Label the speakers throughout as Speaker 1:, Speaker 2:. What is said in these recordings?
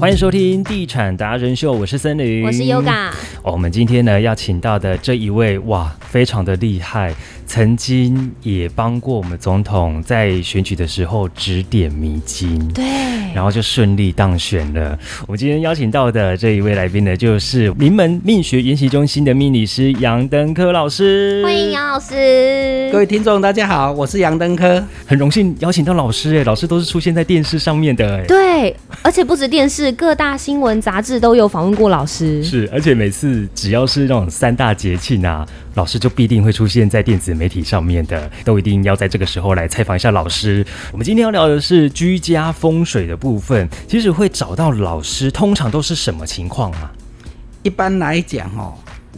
Speaker 1: 欢迎收听《地产达人秀》，我是森林，
Speaker 2: 我是 Yoga。
Speaker 1: 哦，我们今天呢要请到的这一位哇，非常的厉害，曾经也帮过我们总统在选举的时候指点迷津，
Speaker 2: 对，
Speaker 1: 然后就顺利当选了。我们今天邀请到的这一位来宾呢，就是名门命学研习中心的命理师杨登科老师，
Speaker 2: 欢迎杨老师。
Speaker 3: 各位听众，大家好，我是杨登科。
Speaker 1: 很荣幸邀请到老师，哎，老师都是出现在电视上面的，哎，
Speaker 2: 对，而且不止电视，各大新闻杂志都有访问过老师。
Speaker 1: 是，而且每次只要是那种三大节庆啊，老师就必定会出现在电子媒体上面的，都一定要在这个时候来采访一下老师。我们今天要聊的是居家风水的部分，其实会找到老师，通常都是什么情况啊？
Speaker 3: 一般来讲，哦，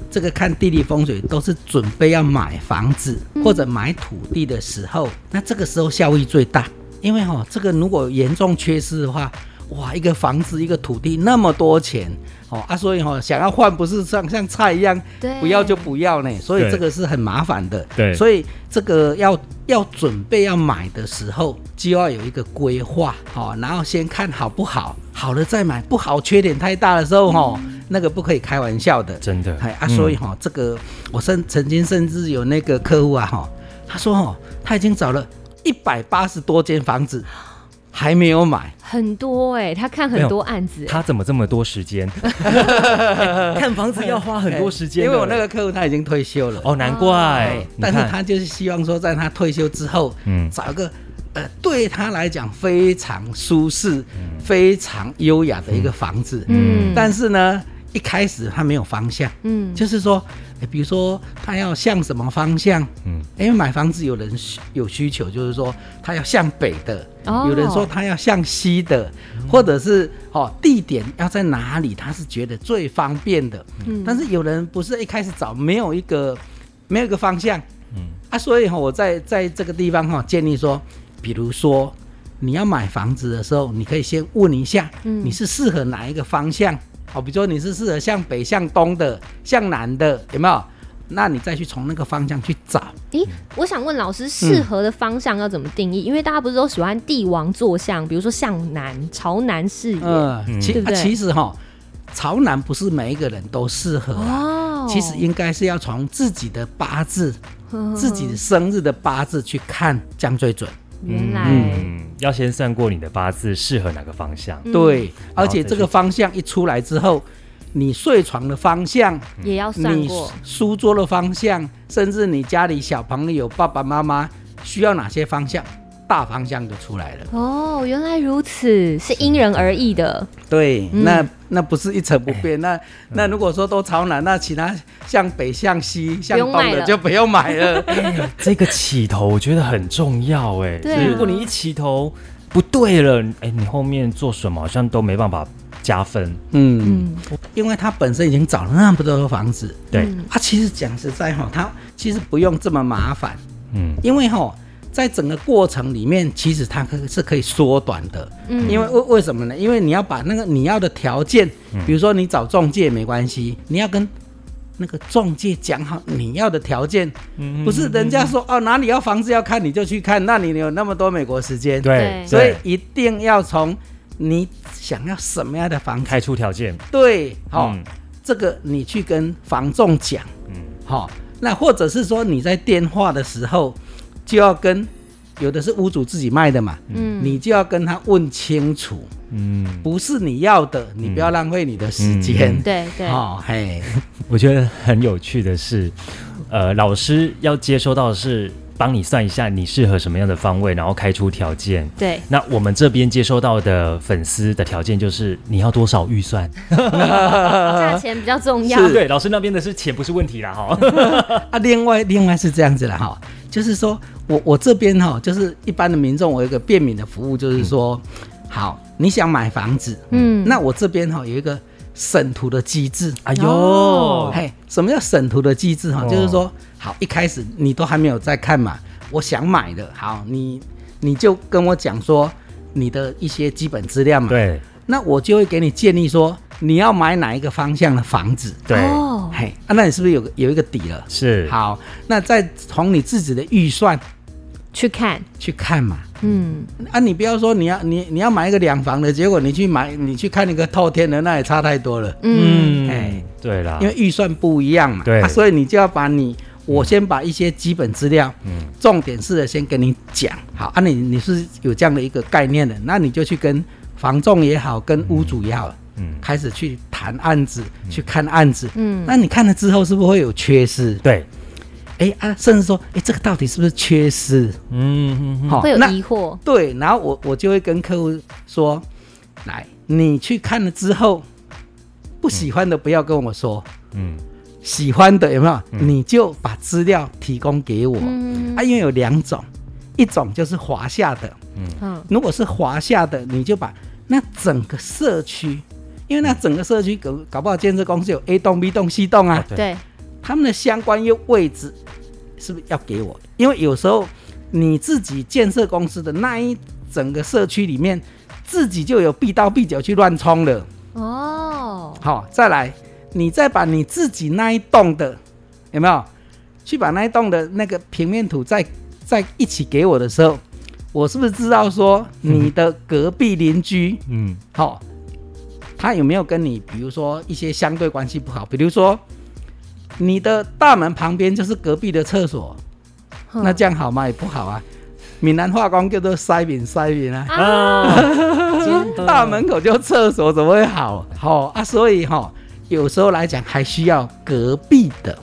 Speaker 3: 这个看地理风水都是准备要买房子或者买土地的时候，那这个时候效益最大，因为哦，这个如果严重缺失的话，哇，一个房子一个土地那么多钱，哦啊，所以哦，想要换不是像像菜一样
Speaker 2: 对，
Speaker 3: 不要就不要呢，所
Speaker 1: 对
Speaker 3: 以这个是很麻烦的。
Speaker 1: 对
Speaker 3: 所以这个要要准备要买的时候，就要有一个规划哦，然后先看好不好，好了再买，不好缺点太大的时候哦，那个不可以开玩笑的。
Speaker 1: 真的嗯
Speaker 3: 哎啊，所以哈、这个我甚曾经甚至有那个客户啊哈、他说哦，他已经找了一百八十多间房子，还没有买。
Speaker 2: 很多哎、他看很多案子、欸
Speaker 1: 他怎么这么多时间？ 看房子要花很多时间
Speaker 3: 哎
Speaker 1: 的，
Speaker 3: 因为我那个客户他已经退休了。
Speaker 1: 哦，难怪
Speaker 2: 哦，
Speaker 1: 你
Speaker 3: 但是
Speaker 1: 看
Speaker 3: 他就是希望说，在他退休之后，
Speaker 1: 嗯
Speaker 3: 嗯，找一个呃对他来讲非常舒适、非常优雅的一个房子。
Speaker 2: 嗯
Speaker 3: 但是呢，一开始他没有方向，
Speaker 2: 嗯，
Speaker 3: 就是说，呃比如说他要向什么方向？
Speaker 1: 嗯
Speaker 3: 嗯，因为买房子有人需有需求，就是说他要向北的，
Speaker 2: 哦嗯
Speaker 3: 有人说他要向西的，或者是哦地点要在哪里，他是觉得最方便的。
Speaker 2: 嗯
Speaker 3: 但是有人不是一开始找没有一个没有一个方向，嗯啊，所以哈、我在在这个地方哈、建议说，比如说。你要买房子的时候，你可以先问一下，
Speaker 2: 嗯
Speaker 3: 你是适合哪一个方向？哦，比如说你是适合向北、向东的、向南的，有没有？那你再去从那个方向去找。
Speaker 2: 咦，我想问老师，适合的方向要怎么定
Speaker 3: 嗯
Speaker 2: 义？因为大家不是都喜欢帝王坐向，比如说向南，朝南视野。
Speaker 3: 嗯，其、
Speaker 2: 对不对
Speaker 3: 啊其实哈，朝南不是每一个人都适合啊。
Speaker 2: 哦
Speaker 3: 其实应该是要从自己的八字、
Speaker 2: 呵呵
Speaker 3: 自己生日的八字去看，这样最准。
Speaker 2: 原来、
Speaker 1: 嗯，要先算过你的八字适合哪个方向。
Speaker 2: 嗯
Speaker 3: 对，而且嗯这个方向一出来之后，你睡床的方向、
Speaker 2: 也要算
Speaker 3: 你
Speaker 2: 过。
Speaker 3: 书桌的方向，甚至你家里小朋友、爸爸妈妈需要哪些方向，大方向就出来了。
Speaker 2: 哦，原来如此，是因人而异的。
Speaker 3: 对，
Speaker 2: 嗯哎
Speaker 3: 那那不是一成不变。那那如果说都朝南，那其他向北、向西、向东
Speaker 2: 不用买
Speaker 3: 的
Speaker 2: 了
Speaker 3: 就不用买 了。
Speaker 1: 这个起头我觉得很重要哎，
Speaker 2: 对啊
Speaker 1: 所以如果你一起头不对了，哎、你后面做什么好像都没办法加分。
Speaker 3: 嗯，
Speaker 2: 嗯，
Speaker 3: 因为他本身已经找了那么多房子，
Speaker 1: 对，
Speaker 2: 嗯
Speaker 3: 他其实讲实在哈、他其实不用这么麻烦，
Speaker 1: 嗯，
Speaker 3: 因为哈、在整个过程里面，其实它可是可以缩短的，
Speaker 2: 嗯
Speaker 3: 因为为为什么呢？因为你要把那个你要的条件，
Speaker 2: 嗯
Speaker 3: 比如说你找中介没关系，你要跟那个中介讲好你要的条件，
Speaker 1: 嗯
Speaker 3: 不是人家说哦哪里要房子要看你就去看，那你有那么多美国时间，
Speaker 1: 对，
Speaker 2: 对
Speaker 3: 所以
Speaker 1: 对
Speaker 3: 一定要从你想要什么样的房子，
Speaker 1: 开出条件，
Speaker 3: 对，好、
Speaker 1: 嗯
Speaker 3: 这个你去跟房仲讲，
Speaker 1: 嗯
Speaker 3: 嗯，好、那或者是说你在电话的时候就要跟，有的是屋主自己卖的嘛，
Speaker 2: 嗯
Speaker 3: 你就要跟他问清楚，
Speaker 1: 嗯，
Speaker 3: 不是你要的，你不要浪费你的时间，
Speaker 1: 嗯
Speaker 2: 对对，
Speaker 3: 哦嘿，
Speaker 1: 我觉得很有趣的是，呃，老师要接收到的是帮你算一下你适合什么样的方位，然后开出条件。
Speaker 2: 对，
Speaker 1: 那我们这边接收到的粉丝的条件就是你要多少预算？
Speaker 2: 价钱比较重要。
Speaker 1: 对，老师那边的是钱不是问题啦哈。
Speaker 3: 啊，另外另外是这样子了哈，就是说我我这边哈，就是一般的民众，我有一个便民的服务，就是说，
Speaker 1: 嗯
Speaker 3: 好，你想买房子，
Speaker 2: 嗯
Speaker 3: 那我这边哈有一个审图的机制，
Speaker 1: 哎
Speaker 2: 哦
Speaker 1: 呦，
Speaker 3: 嘿，什么叫审图的机制哈？
Speaker 1: 哦
Speaker 3: 就是说，好，一开始你都还没有在看嘛，我想买的，好，你你就跟我讲说你的一些基本资料 嘛，，
Speaker 1: 对
Speaker 3: 那我就会给你建议说你要买哪一个方向的房子，
Speaker 1: 对，
Speaker 2: 哦，
Speaker 3: 嘿，啊，那你是不是有个有一个底了？
Speaker 1: 是
Speaker 3: 好，那再从你自己的预算
Speaker 2: 去看，
Speaker 3: 去看嘛，
Speaker 2: 嗯，
Speaker 3: 啊，你不要说你要你你要买一个两房的，结果你去买你去看一个透天的，那也差太多了，
Speaker 2: 嗯，
Speaker 3: 哎
Speaker 1: 对啦
Speaker 3: 因，为预算不一样嘛。
Speaker 1: 对
Speaker 3: 啊所以你就要把你我先把一些基本资料，
Speaker 1: 嗯
Speaker 3: 重点式的先跟你讲。好啊你，你是有这样的一个概念的，那你就去跟房仲也好，跟屋主也好，
Speaker 1: 嗯，
Speaker 3: 开始去谈案子，去看案子。
Speaker 2: 嗯
Speaker 3: 那你看了之后是不是会有缺失？
Speaker 1: 对，
Speaker 3: 哎啊，甚至说，哎，这个到底是不是缺失？
Speaker 1: 嗯，
Speaker 3: 好
Speaker 2: 会有
Speaker 3: 那
Speaker 2: 疑惑，
Speaker 3: 对，然后我我就会跟客户说，来，你去看了之后，不喜欢的不要跟我说，
Speaker 1: 嗯
Speaker 3: 喜欢的有没有？你就把资料提供给我。
Speaker 2: 嗯
Speaker 1: 哎
Speaker 3: 啊，因为有两种，一种就是华夏的，
Speaker 2: 嗯
Speaker 3: 如果是华夏的，你就把那整个社区，因为那整个社区搞搞不好建设公司有 A 栋、B 栋、C 栋啊，
Speaker 1: 嗯对
Speaker 2: 对，
Speaker 3: 他们的相关又位置是不是要给我？因为有时候你自己建设公司的那一整个社区里面，自己就有必刀必脚去乱冲了。
Speaker 2: 哦，
Speaker 3: 好、再来，你再把你自己那一栋的有没有去把那一栋的那个平面图再再一起给我的时候，我是不是知道说你的隔壁邻居
Speaker 1: 嗯
Speaker 3: 好、他有没有跟你，比如说一些相对关系不好，比如说你的大门旁边就是隔壁的厕所，
Speaker 2: 哼
Speaker 3: 那这样好吗？也不好啊。闽南话讲叫做塞饼塞饼啊，
Speaker 1: 啊，真的
Speaker 3: 大门口就厕所，怎么会好？好、啊，所以哈、有时候来讲还需要隔壁的。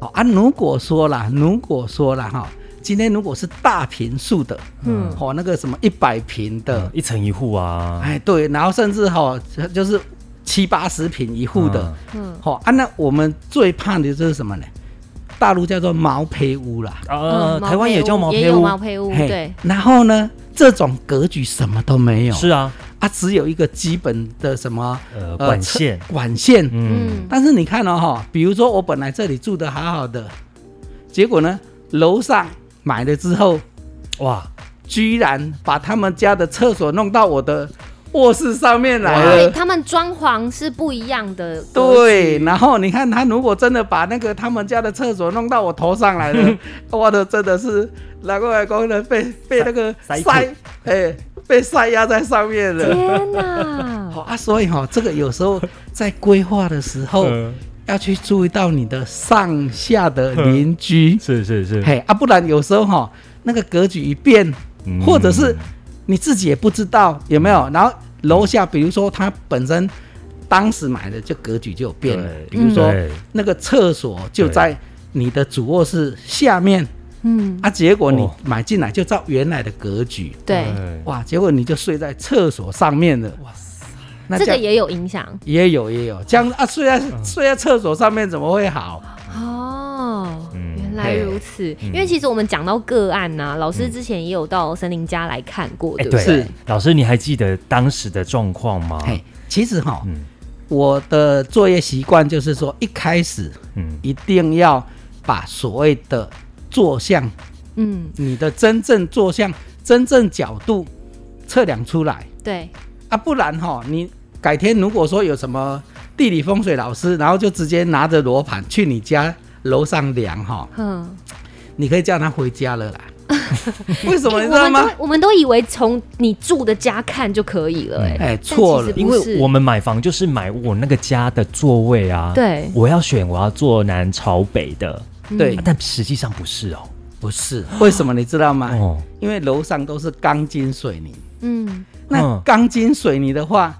Speaker 3: 好、啊，如果说啦，如果说啦哈、今天如果是大平数的，
Speaker 2: 嗯
Speaker 3: 好、那个什么一百平的，
Speaker 1: 一层一户啊，
Speaker 3: 哎对，然后甚至哈、就是七八十平一户的，
Speaker 2: 嗯
Speaker 3: 好、啊，那我们最怕的就是什么呢？大陆叫做毛坯屋啦，
Speaker 1: 啊，
Speaker 2: 嗯
Speaker 1: 台湾也叫毛
Speaker 2: 也
Speaker 1: 坯
Speaker 2: 有
Speaker 1: 屋，
Speaker 2: 毛坯屋，
Speaker 3: 嘿
Speaker 2: 哦对，
Speaker 3: 然后呢，这种格局什么都没有，
Speaker 1: 是啊，
Speaker 3: 啊，只有一个基本的什么
Speaker 1: 呃，管
Speaker 3: 车
Speaker 1: 线，
Speaker 3: 管线。
Speaker 1: 嗯
Speaker 2: 嗯
Speaker 3: 但是你看哦哈，比如说我本来这里住的好好的，结果呢，楼上买了之后，
Speaker 1: 哇，
Speaker 3: 居然把他们家的厕所弄到我的卧室上面来
Speaker 2: 所以
Speaker 1: 呃
Speaker 3: 了。
Speaker 2: 哎他们装潢是不一样的，
Speaker 3: 对，，然后你看他如果真的把那个他们家的厕所弄到我头上来 了，我的真的是哪个外公呢？被被那个
Speaker 1: 塞
Speaker 3: 塞，哎、被塞压在上面了。
Speaker 2: 天 哪
Speaker 3: 好、，啊，所以哈、这个有时候在规划的时候、
Speaker 1: 嗯
Speaker 3: 要去注意到你的上下的邻居，
Speaker 1: 是是是，
Speaker 3: 嘿啊，不然有时候哈、那个格局一变，
Speaker 1: 嗯
Speaker 3: 或者是你自己也不知道有没有，然后楼下比如说他本身当时买的就格局就有变了
Speaker 1: 对，嗯
Speaker 3: 比如说
Speaker 1: 对
Speaker 3: 那个厕所就在你的主卧室下面
Speaker 2: 嗯，
Speaker 3: 啊，结果你
Speaker 1: 哦
Speaker 3: 买进来就照原来的格局，
Speaker 2: 对，
Speaker 1: 哎
Speaker 3: 哇，结果你就睡在厕所上面了，哇塞，那
Speaker 2: 这个
Speaker 3: 样
Speaker 2: 也哦有影响
Speaker 3: 也有也有这样啊，睡在
Speaker 1: 嗯
Speaker 3: 睡在厕所上面怎么会好？
Speaker 2: 哦。
Speaker 1: 嗯
Speaker 2: 原来如此，
Speaker 1: 嗯
Speaker 2: 因为其实我们讲到个案呐、老师之前也有到森林家来看过，
Speaker 1: 哎
Speaker 2: 对不对？
Speaker 1: 对，老师你还记得当时的状况吗？
Speaker 3: 嘿，其实哈、
Speaker 1: 嗯
Speaker 3: 我的作业习惯就是说，一开始
Speaker 1: 嗯
Speaker 3: 一定要把所谓的坐向，
Speaker 2: 嗯，
Speaker 3: 你的真正坐向、真正角度测量出来
Speaker 2: 对，
Speaker 3: 啊，不然哈、你改天如果说有什么地理风水老师，然后就直接拿着罗盘去你家楼上量哈、
Speaker 2: 嗯，
Speaker 3: 你可以叫他回家了啦。为什
Speaker 2: 哎
Speaker 3: 么
Speaker 2: 我
Speaker 3: 你知道
Speaker 2: 们都
Speaker 3: 吗？
Speaker 2: 我们都以为从你住的家看就可以了、哎、
Speaker 3: 哎，
Speaker 2: 但其实
Speaker 3: 错了
Speaker 2: 不。
Speaker 1: 因为
Speaker 2: 是
Speaker 1: 我们买房就是买我那个家的座位啊，
Speaker 2: 对
Speaker 1: 我要选我要坐南朝北的，
Speaker 3: 对
Speaker 1: 但实际上不是哦，
Speaker 3: 不是，为什么你知道吗？
Speaker 1: 哦，
Speaker 3: 因为楼上都是钢筋水泥，
Speaker 2: 嗯，
Speaker 3: 那
Speaker 1: 嗯
Speaker 3: 钢筋水泥的话，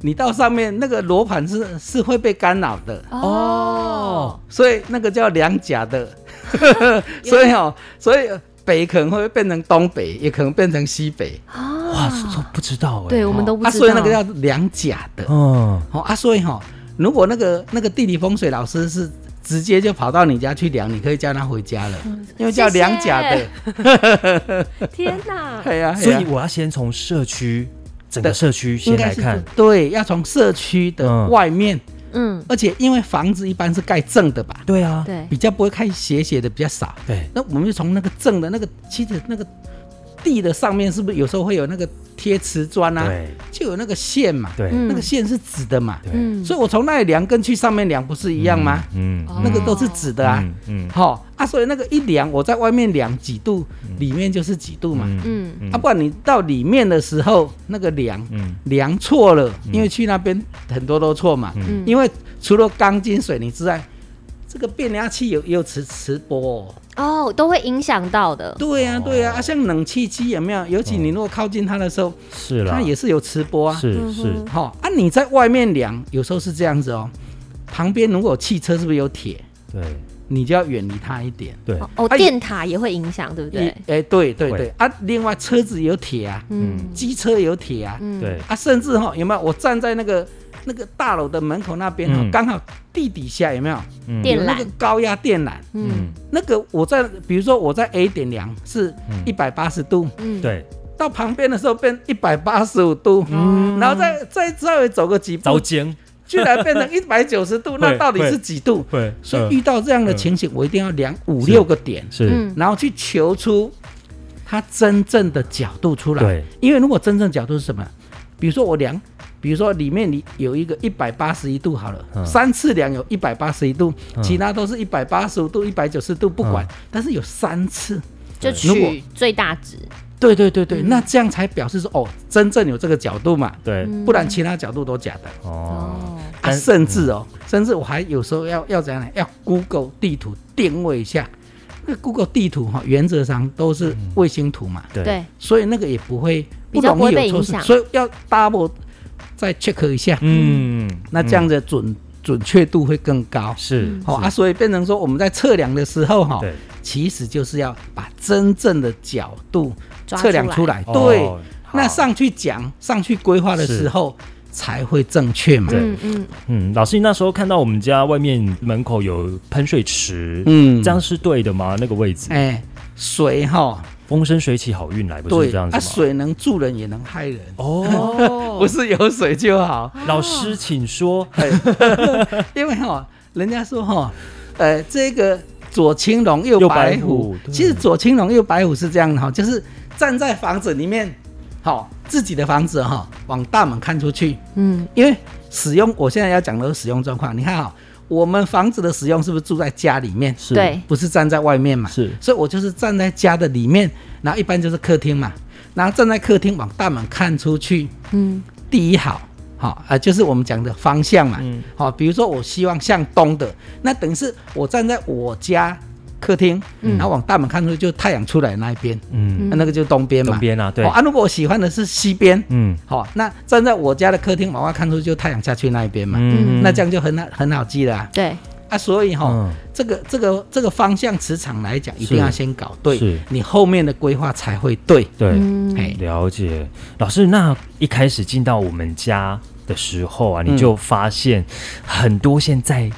Speaker 3: 你到上面那个罗盘是是会被干扰的，
Speaker 2: 哦，
Speaker 3: 所以那个叫两 甲的，所以哦，所以北可能会变成东北，也可能变成西北，
Speaker 2: 啊，
Speaker 1: 哇，都不知道哎，
Speaker 2: 对我们都不
Speaker 3: 啊，
Speaker 2: 知道，
Speaker 3: 所以那个叫两甲的，
Speaker 1: 嗯，
Speaker 3: 哦啊，所以哈、哦，如果那个那个地理风水老师是。直接就跑到你家去量，你可以叫他回家了，因为
Speaker 2: 嗯
Speaker 3: 叫
Speaker 2: 谢谢
Speaker 3: 两甲的，
Speaker 2: 天哪，
Speaker 3: 对呀、
Speaker 1: 所
Speaker 3: 嘿
Speaker 1: 以
Speaker 3: 呀
Speaker 1: 我要先从社区整个
Speaker 3: 的
Speaker 1: 社区先
Speaker 3: 应该
Speaker 1: 来
Speaker 3: 是
Speaker 1: 看，
Speaker 3: 对，要从社区的
Speaker 1: 嗯
Speaker 3: 外面，
Speaker 2: 嗯，
Speaker 3: 而且因为房子一般是盖正的吧，
Speaker 1: 对啊，
Speaker 2: 对，
Speaker 3: 比较不会看斜斜的比较少。
Speaker 1: 对
Speaker 3: 那我们就从那个正的那个，其实那个地的上面是不是有时候会有那个贴瓷砖啊？
Speaker 1: 对
Speaker 3: 就有那个线嘛，
Speaker 1: 对
Speaker 2: 嗯
Speaker 3: 那个线是直的嘛，
Speaker 1: 对，
Speaker 2: 嗯，
Speaker 3: 所以我从那里量跟去上面量不是一样吗？
Speaker 1: 嗯？
Speaker 2: 哦
Speaker 1: 嗯，
Speaker 3: 那个都是直的啊。
Speaker 1: 嗯，嗯
Speaker 3: 好、啊，所以那个一量，我在外面量几度，里面就是几度嘛。
Speaker 1: 嗯
Speaker 2: 嗯，
Speaker 1: 嗯
Speaker 3: 啊，不然你到里面的时候，那个量
Speaker 1: 嗯
Speaker 3: 量错了，因为去那边很多都错嘛。
Speaker 2: 嗯
Speaker 3: 因为除了钢筋水泥之外，这个变压器有也有磁磁波、哦。
Speaker 2: 哦，都会影响到的，
Speaker 3: 对呀、
Speaker 1: 哦
Speaker 3: 对呀、啊，像冷气机有没有？尤其你如果靠近它的时候，
Speaker 1: 是啦，
Speaker 3: 它也是有磁波啊。
Speaker 1: 是
Speaker 2: 嗯
Speaker 1: 是
Speaker 2: 哼，
Speaker 3: 好、啊，你在外面量，有时候是这样子哦。旁边如果有汽车，是不是有铁？
Speaker 1: 对
Speaker 3: 你就要远离它一点。
Speaker 1: 对，
Speaker 2: 哦，哦
Speaker 3: 哎
Speaker 2: 电塔也会影响，对不
Speaker 3: 也
Speaker 2: 对？
Speaker 3: 哎、对对
Speaker 1: 会
Speaker 3: 对啊，另外车子有铁啊，
Speaker 1: 嗯
Speaker 3: 机车有铁啊，
Speaker 2: 嗯，
Speaker 1: 对，
Speaker 3: 啊，甚至哈、有没有？我站在那个那个大楼的门口那边哈、
Speaker 1: 嗯
Speaker 3: 刚好地底下有没有
Speaker 1: 嗯
Speaker 2: 电
Speaker 3: 有那个
Speaker 2: 缆
Speaker 3: 高压电缆？
Speaker 2: 嗯
Speaker 1: 嗯
Speaker 3: 那个我在，比如说我在 A 点量是
Speaker 1: 嗯
Speaker 3: 一百八十度，
Speaker 2: 嗯，
Speaker 1: 对，
Speaker 3: 到旁边的时候变一百八十五度，
Speaker 2: 嗯
Speaker 3: 然后再再稍微走个几
Speaker 1: 糟
Speaker 3: 步，
Speaker 1: 尖
Speaker 3: 居然变成一百九十度，那
Speaker 1: 会
Speaker 3: 到底
Speaker 1: 会
Speaker 3: 是几度？
Speaker 1: 会
Speaker 3: 所
Speaker 1: 嗯
Speaker 3: 以遇到这样的情形，我一定要量五六个点，
Speaker 1: 是，
Speaker 2: 嗯
Speaker 3: 然后去求出它真正的角度出来。
Speaker 1: 对，
Speaker 3: 因为如果真正角度是什么？比如说我量，比如说里面你有一个一百八十一度好了，
Speaker 1: 嗯
Speaker 3: 三次量有一百八十一度，
Speaker 1: 嗯
Speaker 3: 其他都是一百八十五度、一百九十度不管，
Speaker 1: 嗯
Speaker 3: 但是有三次。
Speaker 2: 就
Speaker 3: 如果
Speaker 2: 取最大值，
Speaker 3: 对对对对，
Speaker 2: 嗯
Speaker 3: 那这样才表示说哦，真正有这个角度嘛，
Speaker 1: 对，
Speaker 2: 嗯
Speaker 3: 不然其他角度都假的。
Speaker 1: 哦，
Speaker 2: 哦，
Speaker 3: 啊，
Speaker 1: 但
Speaker 3: 甚至哦，甚至我还有时候要要怎样呢？要 Google 地图定位一下。那 Google 地图哈、原则上都是卫星图嘛，
Speaker 1: 对，
Speaker 2: 对，
Speaker 3: 所以那个也不会
Speaker 2: 比
Speaker 3: 不
Speaker 2: 较不
Speaker 3: 容
Speaker 2: 会
Speaker 3: 易
Speaker 2: 被
Speaker 3: 有错
Speaker 2: 影响
Speaker 3: 失，所以要 double 再 check 一下，
Speaker 1: 嗯，
Speaker 3: 那这样子准、准确度会更高。
Speaker 1: 嗯
Speaker 2: 嗯
Speaker 1: 是
Speaker 3: 好、啊，所以变成说我们在测量的时候哈、
Speaker 1: 对，
Speaker 3: 其实就是要把真正的角度
Speaker 2: 抓
Speaker 3: 测量出来，对，
Speaker 1: 哦
Speaker 3: 那
Speaker 1: 好
Speaker 3: 上去讲、上去规划的
Speaker 1: 是
Speaker 3: 时候才会正确嘛。
Speaker 1: 对
Speaker 2: 嗯嗯，
Speaker 1: 嗯，老师，你那时候看到我们家外面门口有喷水池，
Speaker 3: 嗯
Speaker 1: 这样是对的吗？那个位置，
Speaker 3: 哎，水哈，
Speaker 1: 风生水起，好运来，不是
Speaker 3: 对，
Speaker 1: 这样子
Speaker 3: 啊，
Speaker 1: 吗？
Speaker 3: 水能助人也能害人，
Speaker 1: 哦，
Speaker 2: 哦
Speaker 3: 不是有水就好，
Speaker 1: 老师，请说。
Speaker 3: 哎因为哈，人家说哈，呃，这个左青龙右
Speaker 1: 右
Speaker 3: 白
Speaker 1: 白
Speaker 3: 虎
Speaker 1: 虎，对
Speaker 3: 其实左青龙右白虎是这样的哈，就是站在房子里面，好，自己的房子哈，往大门看出去，
Speaker 2: 嗯，
Speaker 3: 因为使用我现在要讲的是使用状况，你看哈，我们房子的使用是不是住在家里面？
Speaker 1: 是
Speaker 2: 对，
Speaker 3: 不是站在外面嘛？
Speaker 1: 是
Speaker 3: 所以我就是站在家的里面，然后一般就是客厅嘛，然后站在客厅往大门看出去，
Speaker 2: 嗯
Speaker 3: 第一好。好啊、就是我们讲的方向嘛。
Speaker 1: 嗯
Speaker 3: 好、比如说我希望向东的，那等于是我站在我家客厅，然后往大门看出去，就太阳出来那一边，
Speaker 1: 嗯
Speaker 3: 那那个就是东边嘛。
Speaker 1: 东边啊对
Speaker 3: 哦啊，如果我喜欢的是西边，
Speaker 1: 嗯
Speaker 3: 好、那站在我家的客厅往外看出去，就太阳下去那一边嘛。
Speaker 1: 嗯，
Speaker 3: 那这样就很好很好记了啊。
Speaker 2: 对，
Speaker 3: 啊，所以哈、
Speaker 1: 嗯
Speaker 3: 这个这个这个方向磁场来讲，一定要先搞
Speaker 1: 是嗯
Speaker 3: 对，你后面的规划才会对。
Speaker 1: 对，
Speaker 3: 哎、
Speaker 1: 了解。老师，那一开始进到我们家的时候啊，你
Speaker 3: 嗯
Speaker 1: 就发现很多现在。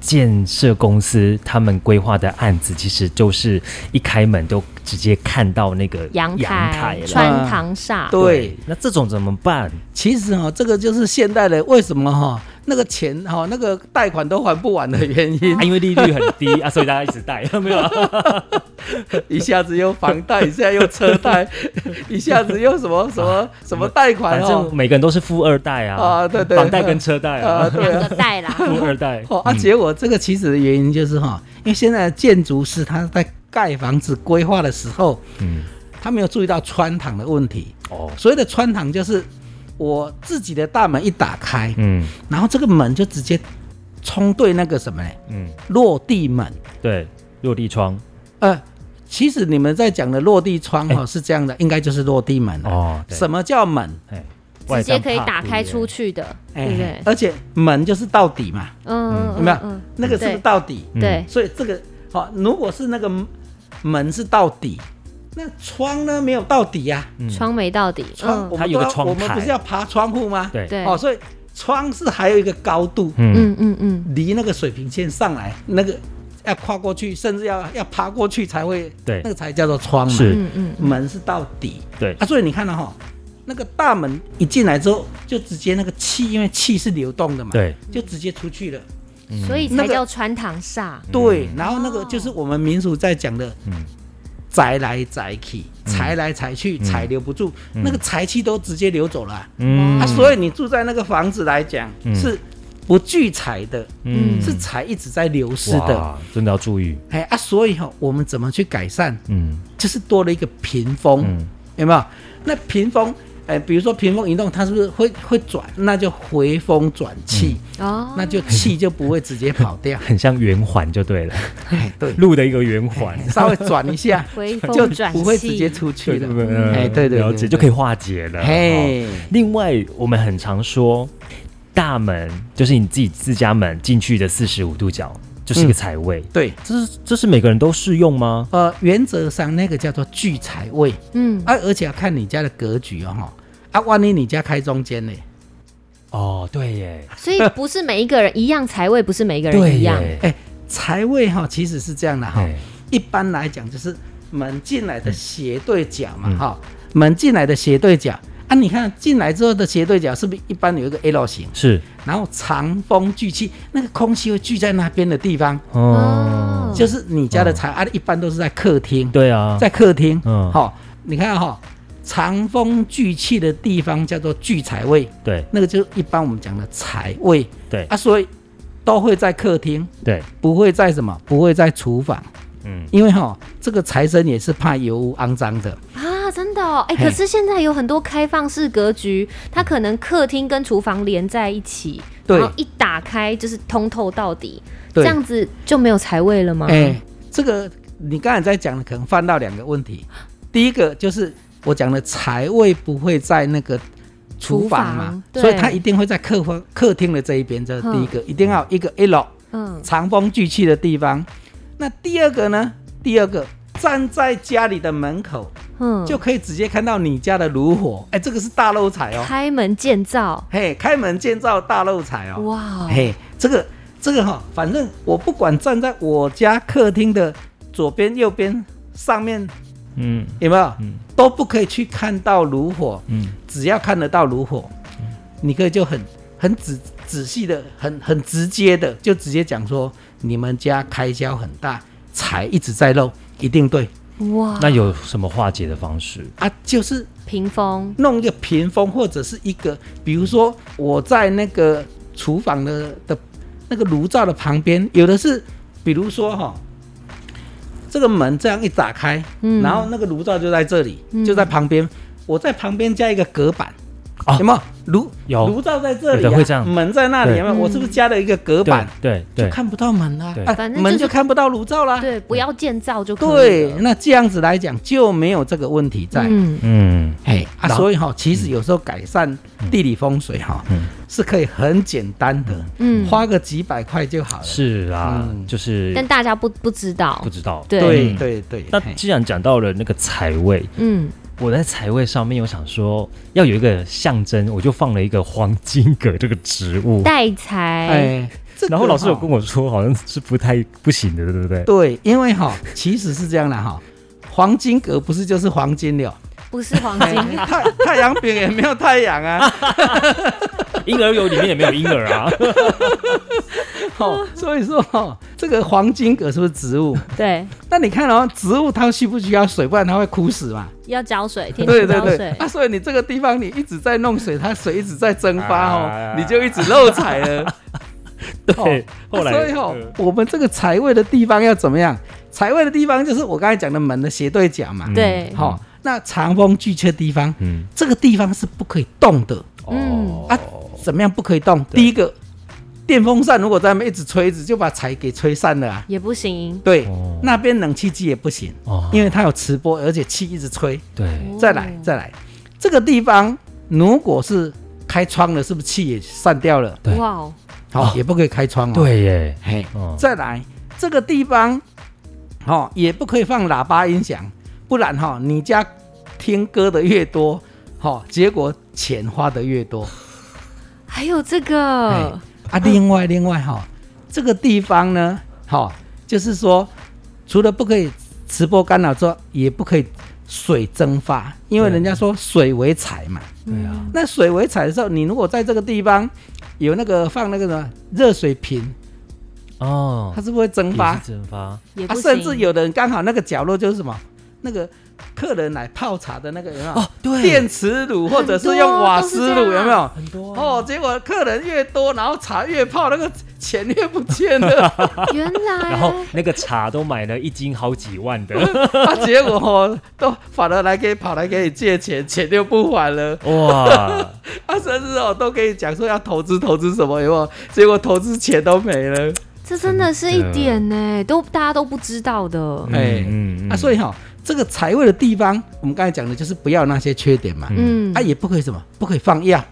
Speaker 1: 建设公司他们规划的案子，其实就是一开门都直接看到那个
Speaker 2: 阳
Speaker 1: 台
Speaker 2: 台
Speaker 1: 了
Speaker 2: 穿堂煞，
Speaker 3: 对
Speaker 1: 那这种怎么办？
Speaker 3: 其实哈、这个就是现代人为什么哈、那个钱哈、那个贷款都还不完的原 因
Speaker 1: 啊、，因为利率很低啊，所以大家一直贷，没 有啊？
Speaker 3: 哦一下子又房贷，一下又车 贷，一下子又什么什么什么贷款
Speaker 1: 啊反
Speaker 3: 哦
Speaker 1: 正嗯每个人都是富二代啊，
Speaker 3: 啊对对
Speaker 1: 房贷跟车贷
Speaker 3: 啊，
Speaker 1: 啊，
Speaker 3: 对
Speaker 2: 两
Speaker 3: 啊
Speaker 2: 个。带 啦，
Speaker 1: 富二代。
Speaker 3: 哦啊，结果这个其实的原因就是哈、因为现在的建筑师他在盖房子规划的时候，
Speaker 1: 嗯，
Speaker 3: 他没有注意到穿堂的问题。
Speaker 1: 哦，
Speaker 3: 所谓的穿堂就是我自己的大门一打开，
Speaker 1: 嗯
Speaker 3: 然后这个门就直接冲对那个什么呢？
Speaker 1: 嗯，
Speaker 3: 落地门。
Speaker 1: 对，落地窗
Speaker 3: 呃，其实你们在讲的落地窗哈、
Speaker 1: 哎
Speaker 3: 是这样的，应该就是落地门、哦。
Speaker 1: 哦，对
Speaker 3: 什么叫门？哎
Speaker 1: 哎
Speaker 2: 直接可以打开出
Speaker 1: 去，
Speaker 2: 去的，对不对？
Speaker 3: 而且门就是到底嘛，
Speaker 2: 嗯，
Speaker 3: 有没有？
Speaker 2: 嗯
Speaker 3: 那个是不
Speaker 2: 对
Speaker 3: 是到底？
Speaker 1: 嗯
Speaker 2: 对，
Speaker 3: 所以这个好、如果是那个门是到底，那窗呢没有到底呀、
Speaker 1: 嗯
Speaker 2: 窗没到底，
Speaker 3: 窗、
Speaker 2: 嗯
Speaker 3: 我
Speaker 1: 它
Speaker 3: 们
Speaker 1: 有
Speaker 3: 都
Speaker 1: 个
Speaker 3: 要
Speaker 1: 窗
Speaker 3: 我们
Speaker 1: 台
Speaker 3: 不是要爬窗户吗？
Speaker 1: 对
Speaker 2: 对
Speaker 3: 哦，所以窗是还有一个高度，
Speaker 1: 嗯
Speaker 2: 嗯嗯嗯，
Speaker 3: 离那个水平线上来，那个要跨过去，甚至要要爬过去才会，
Speaker 1: 对
Speaker 3: 那个才叫做窗嘛。
Speaker 1: 是
Speaker 2: 嗯嗯，
Speaker 3: 门是到底
Speaker 1: 对
Speaker 3: 啊，所以你看到、哈，那个大门一进来之后，就直接那个气，因为气是流动的嘛，，
Speaker 1: 对，嗯
Speaker 3: 就直接出去了。
Speaker 2: 所以才
Speaker 3: 那个
Speaker 2: 叫穿堂煞，
Speaker 3: 对，然后那个就是我们民俗在讲的
Speaker 1: 嗯
Speaker 3: 宅来宅去，财来财去，财留不住，那个财气都直接流走了啊、
Speaker 1: 嗯
Speaker 3: 啊。所以你住在那个房子来讲、是不聚财的，
Speaker 1: 嗯
Speaker 3: 是财一直在流失的。
Speaker 1: 哇，真的要注意，
Speaker 3: 哎啊，所以哈、我们怎么去改善？
Speaker 1: 嗯
Speaker 3: 就是多了一个屏风，
Speaker 1: 嗯。
Speaker 3: 有没有？那屏风，哎、比如说屏风移动，它是不是会会转？那就回风转气，
Speaker 2: 哦，，
Speaker 3: 那就气就不会直接跑掉
Speaker 1: 很像圆环就 对了，
Speaker 3: 哎， 对，
Speaker 1: 路的一个圆环。
Speaker 3: 稍微转一下
Speaker 2: 回风
Speaker 3: 就
Speaker 2: 转
Speaker 3: 不会
Speaker 2: 气
Speaker 3: 直接出 去
Speaker 1: 对对
Speaker 3: 了。哎，对对，
Speaker 1: 了
Speaker 3: 对
Speaker 1: 解
Speaker 3: 对
Speaker 1: 就可以化解了。
Speaker 3: 嘿
Speaker 1: 哦另外我们很常说，大门就是你自己自家门进去的四十五度角，就是一
Speaker 3: 嗯
Speaker 1: 个财位。
Speaker 3: 对。
Speaker 1: 这是这是每个人都适用吗？
Speaker 3: 呃，原则上那个叫做聚财位，
Speaker 2: 嗯，
Speaker 3: 啊，而且要看你家的格局哦，哈，啊，万一你家开中间呢？
Speaker 1: 哦，对耶，
Speaker 2: 所以不是每一个人一样财位，不是每一个人
Speaker 1: 对
Speaker 2: 一样。
Speaker 1: 耶，
Speaker 3: 哎，财位哈、其实是这样的哈、
Speaker 1: 哎
Speaker 3: 一般来讲就是门进来
Speaker 1: 嗯
Speaker 3: 的斜对角嘛，哈、门进来的斜对角啊，你看进来之后的斜对角是不是一般有一个 L 型，
Speaker 1: 是
Speaker 3: 然后长风聚气，那个空气会聚在那边的地方，
Speaker 1: 嗯哦，
Speaker 3: 就是你家的财、啊，一般都是在客厅，
Speaker 1: 对啊，
Speaker 3: 在客厅，
Speaker 1: 嗯
Speaker 3: 好、你看哈、长风聚气的地方叫做聚财位，
Speaker 1: 对
Speaker 3: 那个就是一般我们讲的财位
Speaker 1: 对
Speaker 3: 啊，所以都会在客厅，
Speaker 1: 对，
Speaker 3: 不会在什么，不会在厨房，
Speaker 1: 嗯，
Speaker 3: 因为哈、这个财神也是怕油污肮脏的，
Speaker 2: 啊，真的哦，哎、
Speaker 3: 嘿
Speaker 2: 可是现在有很多开放式格局，它可能客厅跟厨房连在一起，
Speaker 3: 对
Speaker 2: 然后一打开就是通透到底，
Speaker 3: 对
Speaker 2: 这样子就没有财位了吗？
Speaker 3: 哎、这个你刚才在讲的可能犯到两个问题，第一个就是我讲的财位不会在那个厨
Speaker 2: 厨
Speaker 3: 房
Speaker 2: 房
Speaker 3: 嘛，
Speaker 2: 对
Speaker 3: 所以它一定会在客房客厅的这一边，这是第一个，一定要有一个 L
Speaker 2: 嗯，
Speaker 3: 藏风聚气的地方。那第二个呢？第二个站在家里的门口，
Speaker 2: 嗯，
Speaker 3: 就可以直接看到你家的炉火，哎、这个是大漏财哦，
Speaker 2: 开门建造，
Speaker 3: 嘿，开门见灶大漏财哦，
Speaker 2: 哇，
Speaker 3: 嘿，这个这个哈、反正我不管站在我家客厅的左边、右边、上面
Speaker 1: 嗯
Speaker 3: 有没有，
Speaker 1: 嗯
Speaker 3: 都不可以去看到炉火，
Speaker 1: 嗯
Speaker 3: 只要看得到炉火，你可以就很很仔仔细的、很很直接的，就直接讲说你们家开销很大，财一直在漏，一定对
Speaker 2: 哇，
Speaker 1: 那有什么化解的方式？
Speaker 3: 啊，就是
Speaker 2: 屏风，
Speaker 3: 弄一个屏风或者是一个，比如说我在那个厨房的的那个炉灶的旁边，有的是，比如说哈、这个门这样一打开，
Speaker 2: 嗯
Speaker 3: 然后那个炉灶就在这里，
Speaker 2: 嗯
Speaker 3: 就在旁边，我在旁边加一个隔板。
Speaker 1: 啊
Speaker 3: 有没有炉
Speaker 1: 有
Speaker 3: 炉灶在这里、
Speaker 1: 有
Speaker 3: 啊，
Speaker 1: 的会这样
Speaker 3: 门在那里，
Speaker 1: 对
Speaker 3: 有没有？
Speaker 2: 嗯
Speaker 3: 我是不是加了一个隔板，
Speaker 1: 对
Speaker 3: 就
Speaker 1: 对，
Speaker 3: 看不到门啦、
Speaker 1: 对
Speaker 3: 啊
Speaker 2: 反正就是
Speaker 3: 门就看不到炉灶啦。
Speaker 2: 对，不要建造就可以
Speaker 3: 对
Speaker 2: 了，
Speaker 3: 那这样子来讲就没有这个问题在。
Speaker 2: 嗯，
Speaker 1: 嗯
Speaker 3: 哎、啊，
Speaker 1: 然后
Speaker 3: 所以哈、其实有时候改善地理风水哈、
Speaker 1: 嗯
Speaker 3: 是可以很简单的，
Speaker 2: 嗯
Speaker 3: 花个几百块就好了。，
Speaker 1: 是啊，
Speaker 3: 嗯
Speaker 1: 就是
Speaker 2: 但大家不不知道
Speaker 1: 不，知道。
Speaker 2: 对
Speaker 3: 对
Speaker 1: 嗯
Speaker 3: 对对。
Speaker 1: 那
Speaker 3: 嘿
Speaker 1: 既然讲到了那个财位，
Speaker 2: 嗯，
Speaker 1: 我在财位上面，我想说要有一个象征，我就放了一个黄金葛这个植物。
Speaker 2: 带财，
Speaker 3: 哎，这个
Speaker 1: 然后老师有
Speaker 3: 哈
Speaker 1: 跟我说，好像是不太不行的，对不对？
Speaker 3: 对，因为哈、其实是这样的哈、黄金格不是就是黄金了？
Speaker 2: 不是黄金，
Speaker 3: 太太阳饼也没有太阳啊，
Speaker 1: 婴儿油里面也没有婴儿 啊。
Speaker 3: 哦，所以说哈、这个黄金格是不是植物？
Speaker 2: 对，
Speaker 3: 那你看哦，植物它需不需要水？不然它会枯死嘛。
Speaker 2: 要浇水，天
Speaker 3: 对
Speaker 2: 天
Speaker 3: 对
Speaker 2: 浇
Speaker 3: 对，
Speaker 2: 水，
Speaker 3: 啊，所以你这个地方你一直在弄水，它水一直在蒸发哦，
Speaker 1: 啊
Speaker 3: 你就一直漏财 了。啊
Speaker 1: 对，后来
Speaker 3: 所以哦
Speaker 1: 呃，
Speaker 3: 我们这个财位的地方要怎么样？财位的地方就是我刚才讲的门的斜对角嘛。
Speaker 2: 对，
Speaker 3: 好、那长风聚气的地方，
Speaker 1: 嗯，
Speaker 3: 这个地方是不可以动的。
Speaker 1: 哦
Speaker 3: 啊，怎么样不可以动？第一个，电风扇如果在那边一直吹，一直就把财给吹散了啊。
Speaker 2: 也不行，
Speaker 3: 对，
Speaker 1: 哦
Speaker 3: 那边冷气机也不行，
Speaker 1: 哦
Speaker 3: 因为它有磁波，而且气一直吹。
Speaker 1: 对，
Speaker 3: 再来，再来，这个地方如果是开窗了，是不是气也散掉了？
Speaker 1: 对
Speaker 2: 哇哦，
Speaker 3: 好、
Speaker 1: 哦
Speaker 3: 也不可以开窗哦。，
Speaker 1: 对耶，
Speaker 3: 嘿，
Speaker 1: 哦
Speaker 3: 再来这个地方，哦，也不可以放喇叭音响，不然哈、哦，你家听歌的越多，哦，结果钱花的越多。
Speaker 2: 还有这
Speaker 3: 哎
Speaker 2: 个，
Speaker 1: 嗯
Speaker 3: 啊，另外另外哈、这个地方呢，哈、就是说，除了不可以直播干扰之后，也不可以水蒸发，因为人家说水为财嘛。
Speaker 1: 对啊，
Speaker 3: 那水为财的时候，你如果在这个地方有那个放那个什么热水瓶，
Speaker 1: 哦
Speaker 3: 它，是不是会蒸
Speaker 1: 也
Speaker 3: 发
Speaker 1: 是？蒸发，
Speaker 2: 也
Speaker 3: 啊，
Speaker 2: 不行，
Speaker 3: 甚至有的人刚好那个角落就是什么那个客人来泡茶的那个有没有？
Speaker 1: 哦对
Speaker 3: 电磁炉或者是
Speaker 2: 很
Speaker 3: 用
Speaker 2: 多
Speaker 3: 瓦
Speaker 2: 哦都是
Speaker 3: 斯
Speaker 2: 这
Speaker 3: 炉有没有
Speaker 2: 样？
Speaker 1: 很多啊
Speaker 3: 哦，结果客人越多，然后茶越泡，那个钱越不 见了。
Speaker 2: 原来啊
Speaker 1: 然后那个茶都买了一斤好几万 的，
Speaker 3: 啊，结果哦，都反而来给跑来给你借钱，钱又不还了。
Speaker 1: 哇！
Speaker 3: 啊，甚至哦都跟你讲说要投资投资什么，有没有？结果投资钱都没了。
Speaker 2: 这真的是一
Speaker 1: 真的
Speaker 2: 点呢、都大家都不知道的。
Speaker 3: 哎
Speaker 1: 嗯
Speaker 3: 啊，所以哈、这个财位的地方，我们刚才讲的就是不要那些缺点嘛。
Speaker 2: 嗯，
Speaker 3: 啊，也不可以什么，不可以放药，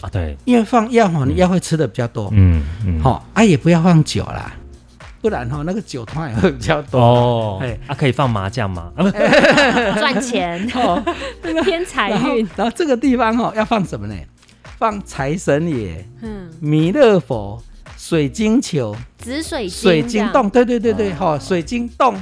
Speaker 1: 啊，对，
Speaker 3: 因为放药哈、你药会吃的比较多。
Speaker 1: 嗯嗯，
Speaker 3: 好、啊，也不要放酒啦，不然哈、那个酒通常也会比 较多。
Speaker 1: 哦
Speaker 3: 哎，
Speaker 1: 啊，可以放麻将吗？啊， 不
Speaker 2: 赚 钱
Speaker 3: 哦
Speaker 2: 偏财
Speaker 3: 然后
Speaker 2: 运，，
Speaker 3: 然后这个地方哈、要放什么呢？放财神爷、
Speaker 2: 嗯，
Speaker 3: 弥勒佛、水晶球、
Speaker 2: 紫水晶，
Speaker 3: 水晶洞，，对对对对，哈、水晶洞，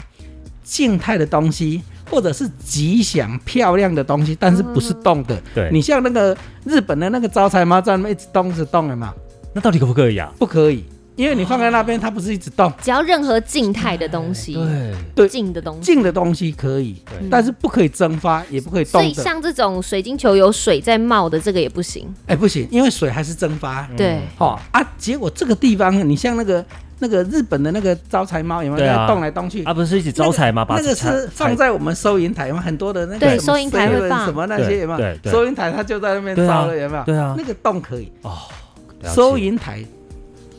Speaker 3: 静态的东西，或者是吉祥漂亮的东西，但是不是动的。
Speaker 1: 对
Speaker 3: 你像那个日本的那个招财猫在那边一直动一直动的嘛，
Speaker 1: 那到底可不可以啊？
Speaker 3: 不可以，因为你放在那边，它不是一直动。
Speaker 1: 嗯
Speaker 2: 只要任何静态的东西，
Speaker 1: 哎对，
Speaker 3: 对
Speaker 2: 静的东西。
Speaker 3: 静的东西可以
Speaker 1: 对，
Speaker 3: 但是不可以蒸发，也不可以
Speaker 2: 所
Speaker 3: 动
Speaker 2: 以
Speaker 3: 的。
Speaker 2: 像这种水晶球有水在冒的，这个也不行。
Speaker 3: 哎，不行，因为水还是蒸发。
Speaker 1: 嗯
Speaker 2: 对，
Speaker 3: 哦啊，结果这个地方，你像那个那个日本的那个招财猫，有没有
Speaker 1: 对啊
Speaker 3: 在动来动去？
Speaker 1: 啊，不是一起招财吗？把
Speaker 3: 那个
Speaker 1: 财
Speaker 3: 是放在我们收银台，有没有很多的那个
Speaker 2: 对
Speaker 3: 什么
Speaker 2: 收银台
Speaker 3: 7-Eleven
Speaker 2: 会放
Speaker 3: 什么那些有没
Speaker 1: 对
Speaker 3: 有？
Speaker 1: 对
Speaker 3: 收银台它就在那边招了，有没有？
Speaker 1: 对啊
Speaker 3: 那个洞可以，
Speaker 1: 哦，了解
Speaker 3: 收银台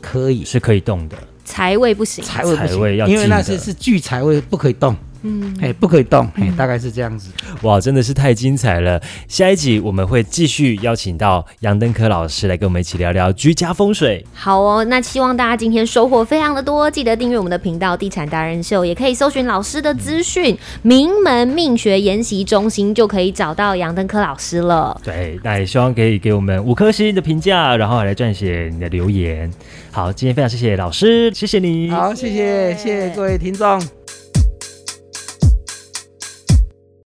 Speaker 3: 可以，
Speaker 1: 是可以动的，
Speaker 2: 财位不行，
Speaker 3: 财位不
Speaker 1: 财位
Speaker 3: 行，
Speaker 1: 要
Speaker 3: 因为那
Speaker 1: 静
Speaker 3: 些
Speaker 1: 的
Speaker 3: 是聚财位不可以动，
Speaker 2: 嗯，
Speaker 3: 哎，不可以动，哎，大概是这样子。
Speaker 1: 哇，真的是太精彩了！下一集我们会继续邀请到杨登科老师来跟我们一起聊聊居家风水。
Speaker 2: 好哦，那希望大家今天收获非常的多，记得订阅我们的频道《地产达人秀》，也可以搜寻老师的资讯，名门命学研习中心就可以找到杨登科老师了。
Speaker 1: 对，那也希望可以给我们五颗星的评价，然后来撰写你的留言。好，今天非常谢谢老师，谢谢你，
Speaker 3: 好，谢谢，谢谢各位听众。